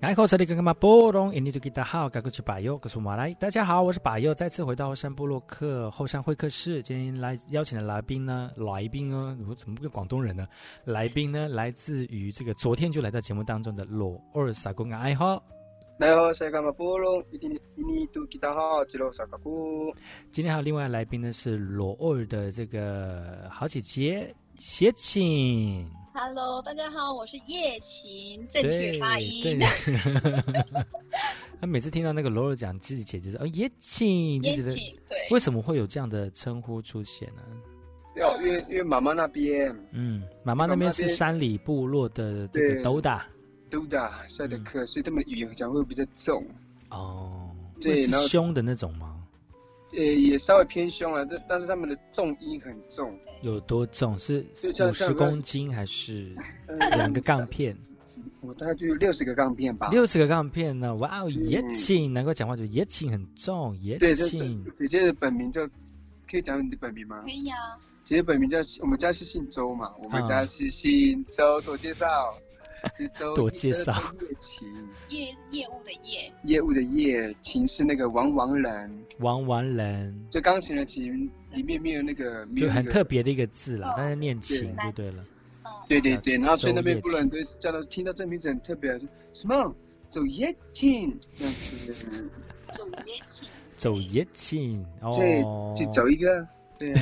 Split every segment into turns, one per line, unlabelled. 哎，口才的刚刚嘛，波隆，印尼的吉他好，该过去把右，告诉马来。大家好，我是把右，再次回到后山部落客后山会客室。今天来邀请的来宾呢，来宾呢，我怎么不跟广东人呢？来宾呢，来自于这个昨天就来到节目当中的罗二傻公爱好。
大家好，saya Gama Pulung. Ini ini itu kita ha jero sakaku.
今天还有另外来宾呢，是罗二的这个好姐姐协请。
Hello，大家好，我是叶琴，正确发音
对。 正他每次听到那个罗尔讲自己姐姐说，哦，也请，就
叶
觉得
琴，对，
为什么会有这样的称呼出现呢？
要因为因为妈妈那边
嗯，妈妈那边是山里部落的这个
对
斗打
都打赛的课，所以他们的语言讲会比较重，
哦，
对
会是
然后
凶的那种吗？
呃，也稍微偏凶啊，但但是他们的重音很重，
有多重？是
就像
五十
像
公斤还是
嗯
两个杠 片？
我大概就有六十个杠片吧。
六十个杠片呢？哇哦，
嗯
也请能够讲话就也请很重，也
对，这这
请
姐姐的本名叫，可以讲你的本名吗
可？以啊。
姐姐本名叫，我们家是姓周嘛，我们
嗯
家是姓周，多 介绍，是周
多介绍
叶琴，
业业务的业，
业务的业，琴是那个王王人。
玩玩人，
就钢琴的琴里面没有那个，没
就
有那
很
个
特别的一个字啦
哦，
但是念
对
琴就对了。
嗯，
对对对，然后所以那边
周
不
夜
人都叫到听到这名字很特别，说什么走夜听这样子，
主业琴，
走也请
对
哦，
就走一个，对 啊，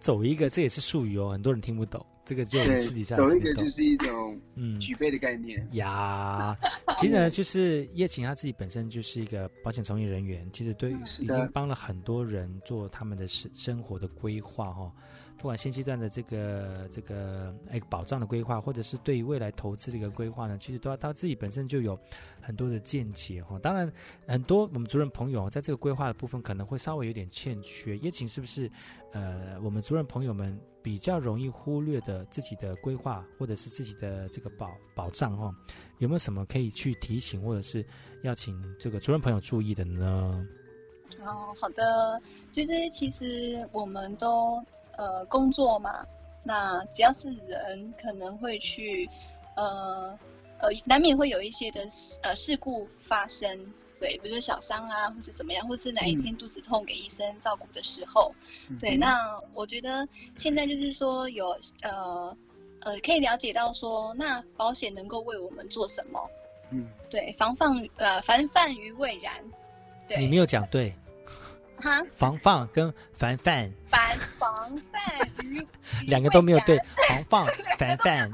走一个，这也是术语哦，很多人听不懂，这个就我们私底
对，
下
走一
听得
个
懂
就是一种
嗯
举杯的概念，
呀，其实呢，就是叶琴她自己本身就是一个保险从业人员，其实对于
嗯是
已
的
经帮了很多人做他们的生生活的规划哈、哦，不管现阶段的这个这个哎保障的规划，或者是对于未来投资的一个规划呢，其实都要他自己本身就有很多的见解哈、哦。当然，很多我们主任朋友在这个规划的部分可能会稍微有点欠缺，叶琴是不是？呃，我们族人朋友们比较容易忽略的自己的规划或者是自己的这个保保障哦，有没有什么可以去提醒或者是要请这个族人朋友注意的呢？
哦，好的，就是其实我们都呃工作嘛，那只要是人，可能会去呃呃，难免会有一些的事呃事故发生。对，比如说小伤啊，或是怎么样，或是哪一
嗯
天肚子痛给医生照顾的时候，对，
嗯
那我觉得现在就是说有呃呃，可以了解到说，那保险能够为我们做什么？
嗯，
对，防范呃防范于未然。对，
你没有讲对，
哈
防范跟防范
防防范于于
两个都没有
未
对，防范 防范
然，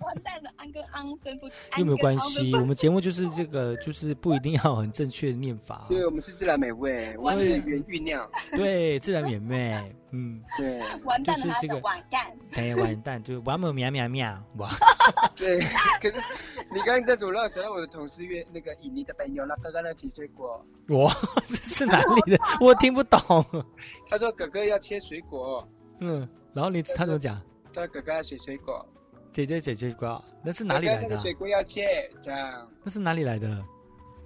完蛋了，安跟安分不安
又没有
跟
关
昂分
系。
不
我们节目就是这个，就是不一定要很正确的念 法，
对，我们是自然美味，我是原酝酿，
对，自然免妹，嗯，
对
完蛋
就是
了，他
这
叫
个
完蛋，
哎，完蛋，就 完美喵喵喵，哇，
对， 可是你刚刚这种让我想到我的同事约那个印尼的朋友，那刚刚那起水果，
我 这是哪里 的？我听不懂。
他说哥哥要切水果，
嗯，然后你他怎么讲？
他说哥哥要切水果，
姐姐姐姐瓜，那是哪里来
哥
的
哥那
啊、
个水果要切，这样，
那是哪里来的？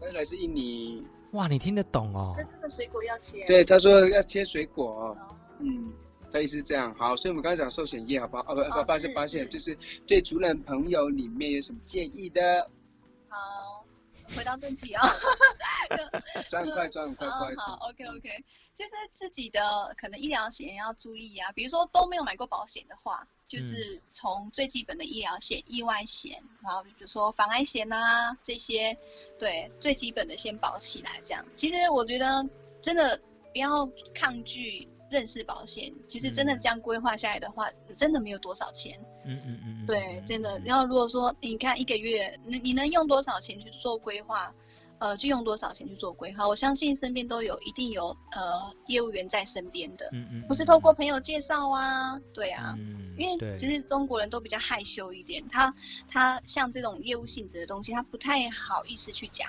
他来自印尼。
哇，你听得懂哦
那？这个水果要切，哦
对，他说要切水果，嗯，他意思是这样。好，所以我们刚才讲寿险业，好不好？哦，不，不，
哦
发
是
现发
是
现，就是对族人朋友里面有什么建议的？
好，回到正题啊。
赚很快，赚很快，不好意
嗯，
思。
好，OK OK，就是自己的可能医疗险要注意啊，比如说都没有买过保险的话，就是从最基本的医疗险、意外险，然后比如说防癌险啊这些，对，最基本的先保起来。这样，其实我觉得真的不要抗拒认识保险，其实真的
嗯
这样规划下来的话，你真的没有多少钱。
嗯嗯嗯，嗯
对，真的。然后如果说你看一个月，你你能用多少钱去做规划？呃，就用多少钱去做规划？我相信身边都有一定有呃业务员在身边的，
嗯嗯，
不是透过朋友介绍啊，对啊。
嗯，
因为
对
其实中国人都比较害羞一点，他他像这种业务性质的东西，他不太好意思去讲。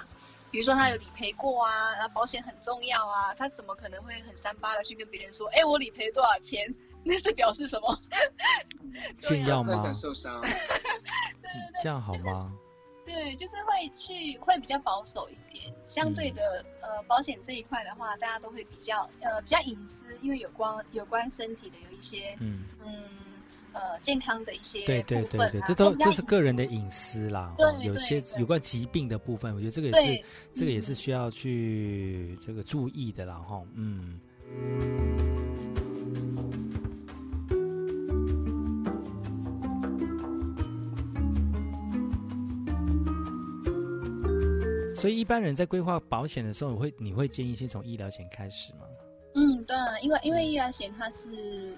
比如说他有理赔过啊，然后保险很重要啊，他怎么可能会很三八的去跟别人说，哎，我理赔多少钱？ 那是表示什么？
炫耀
不然
吗
啊
很？受伤，
对对对，
嗯这样好吗？
对，就是会去会比较保守一点，相
嗯
对的，呃，保险这一块的话，大家都会比较呃比较隐私，因为有关有关身体的有一些
嗯
嗯呃健康的一些
对对
部
对
分
对，
啊
这都
国家
这是
隐
个
私
人的隐私啦。
对
哦有
对
些
对
有关疾病的部分，我觉得这个也是
对
这个也
嗯
是需要去这个注意的啦。哈，嗯。所以一般人在规划保险的时候，我会你会建议先从医疗险开始吗？
嗯，对啊，因为因为医疗险它是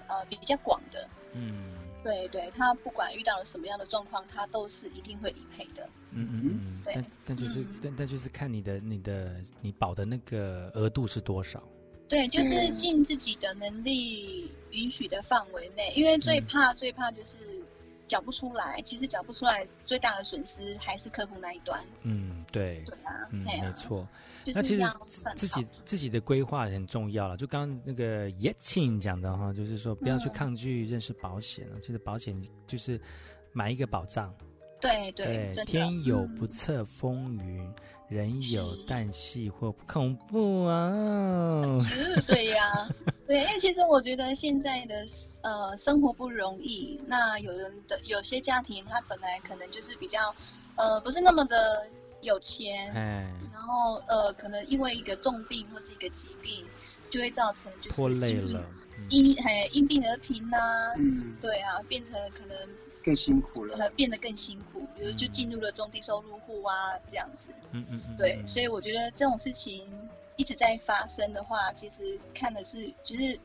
呃比较广的，
嗯
对对，它不管遇到了什么样的状况，它都是一定会理赔的。
嗯嗯嗯，
对
但但就是、
嗯
但但就是看你的你的你保的那个额度是多少。
对，就是
嗯
尽自己的能力允许的范围内，因为最
嗯
怕、最怕就是缴不出来。其实缴不出来，最大的损失还是客户那一端。
嗯，对，
对啊，
嗯，
对
没
啊，
错。
就
那其
是
实
要
自
很
自己
好
自己的规划很重要了。就刚刚那个叶庆讲的哈，就是说不要去
嗯
抗拒认识保险了。其实保险就是买一个保障，
对对，真的
天有
嗯
不测风云，人有
是
旦夕祸福，恐怖啊！
嗯对呀、 对，因为其实我觉得现在的呃生活不容易，那有人的有些家庭他本来可能就是比较呃不是那么的有钱，
哎，
然后呃可能因为一个重病或是一个疾病，就会造成就是
拖累
因病
了，嗯
因哎因病而贫呐、
嗯，
对啊，变成可能
更辛苦了。
呃变得更辛苦，比如就
嗯
进入了中低收入户啊这样子。
嗯嗯嗯，
对，
嗯
所以我觉得这种事情一直在发生的话，其实看的是就是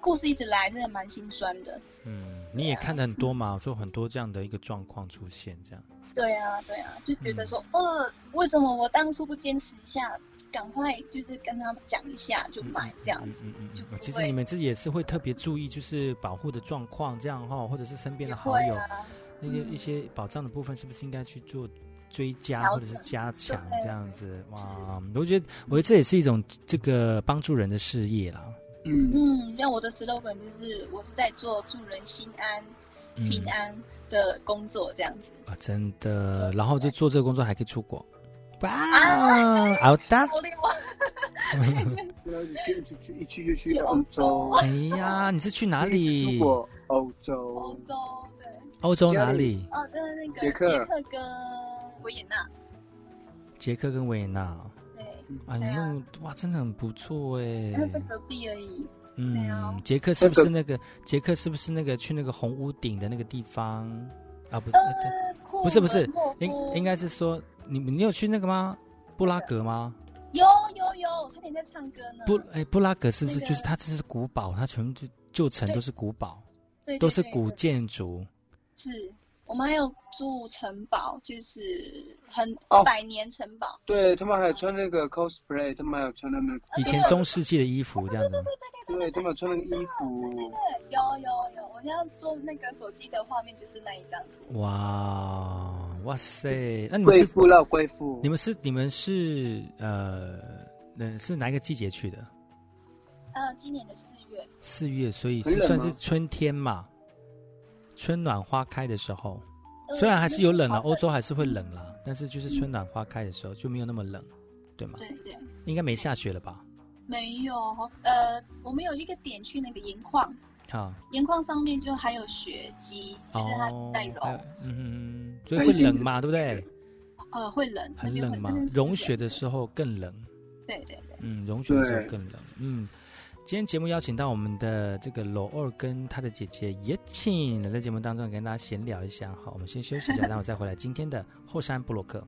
故事一直来，真的蛮心酸的。
嗯，你也看的很多嘛，就很多这样的一个状况出现，这样。
对啊，对啊，就觉得说，
嗯
呃，为什么我当初不坚持一下，赶快就是跟他们讲一下就买这样子，
嗯嗯
就
嗯嗯。
不会
其实你们自己也是会特别注意，就是保护的状况这样哈，或者是身边
也
的好
会
友
啊，
那些一些保障的部分，是不是应该去做追加
调
或者是
整
加强
对
这样子？哇，我觉得我觉得这也是一种这个帮助人的事业啦。
嗯，
嗯，像我的 slogan 就是我是在做助人心安、
嗯
平安的工作这样子。
啊，真的，然后就做这个工作还可以出国，哇，
啊
好的。
好厉害！
不然你去去去一去就去
去
欧
欧
洲
洲，
哎呀，你是去哪
一直
里
出？国欧
欧
洲，
洲对，
欧洲
家
哪
里
里？
哦，跟那个
捷
捷
克
克跟维也纳，
捷克跟维也纳。
对。
啊，你
对啊
弄哇，真的很不错哎。
它在隔壁而已。对啊
嗯，杰克是不是那个杰克是不是那个去那个红屋顶的那个地方啊？不是，呃对
呃，库
不是不是
门莫夫
应应该是说你你有去那个吗？布拉格吗？
有有有，我差点在唱歌呢。
布哎布拉格是不是
那个
就是它？这是古堡，它全部就旧城都是古堡，
对对
都是
对
古建筑。
是。我们还有住城堡，就是很
哦
百年城堡。
对他们还有穿那个 cosplay，他们还有穿他们，
以前中世纪的衣服这样子，
呃对
对他们穿那个衣
对
服，
对，有有有，我现在做那个手机的画面就是那一张图。
哇哇塞！那你们
贵
是
妇了贵妇
你，们是你们是呃呃是哪一个季节去的？
呃，今年的四月，
四月，所以
很
是
冷
算
吗
是春天嘛，春暖花开的时候。
呃
虽然还是有冷啊了，
好冷
欧洲还是会冷啦，但是就是春暖花开的时候就没有那么冷，对吗？
对对，
应该没下雪了吧？
没有好呃，我们有一个点去那个盐矿，
哈，
盐矿上面就还有雪积，就是它
哦，
在
还
融，
有嗯，所以
那
会
一定
冷
的
嘛，对不对？
呃，会冷，那
很
边会
冷嘛
那边，是
融
冷
雪的时候更冷，
对对对，
嗯，融雪的时候
对
更冷，嗯。今天节目邀请到我们的这个罗二跟他的姐姐叶庆来在节目当中跟大家闲聊一下，好，我们先休息一下，然后再回来今天的后山布洛克。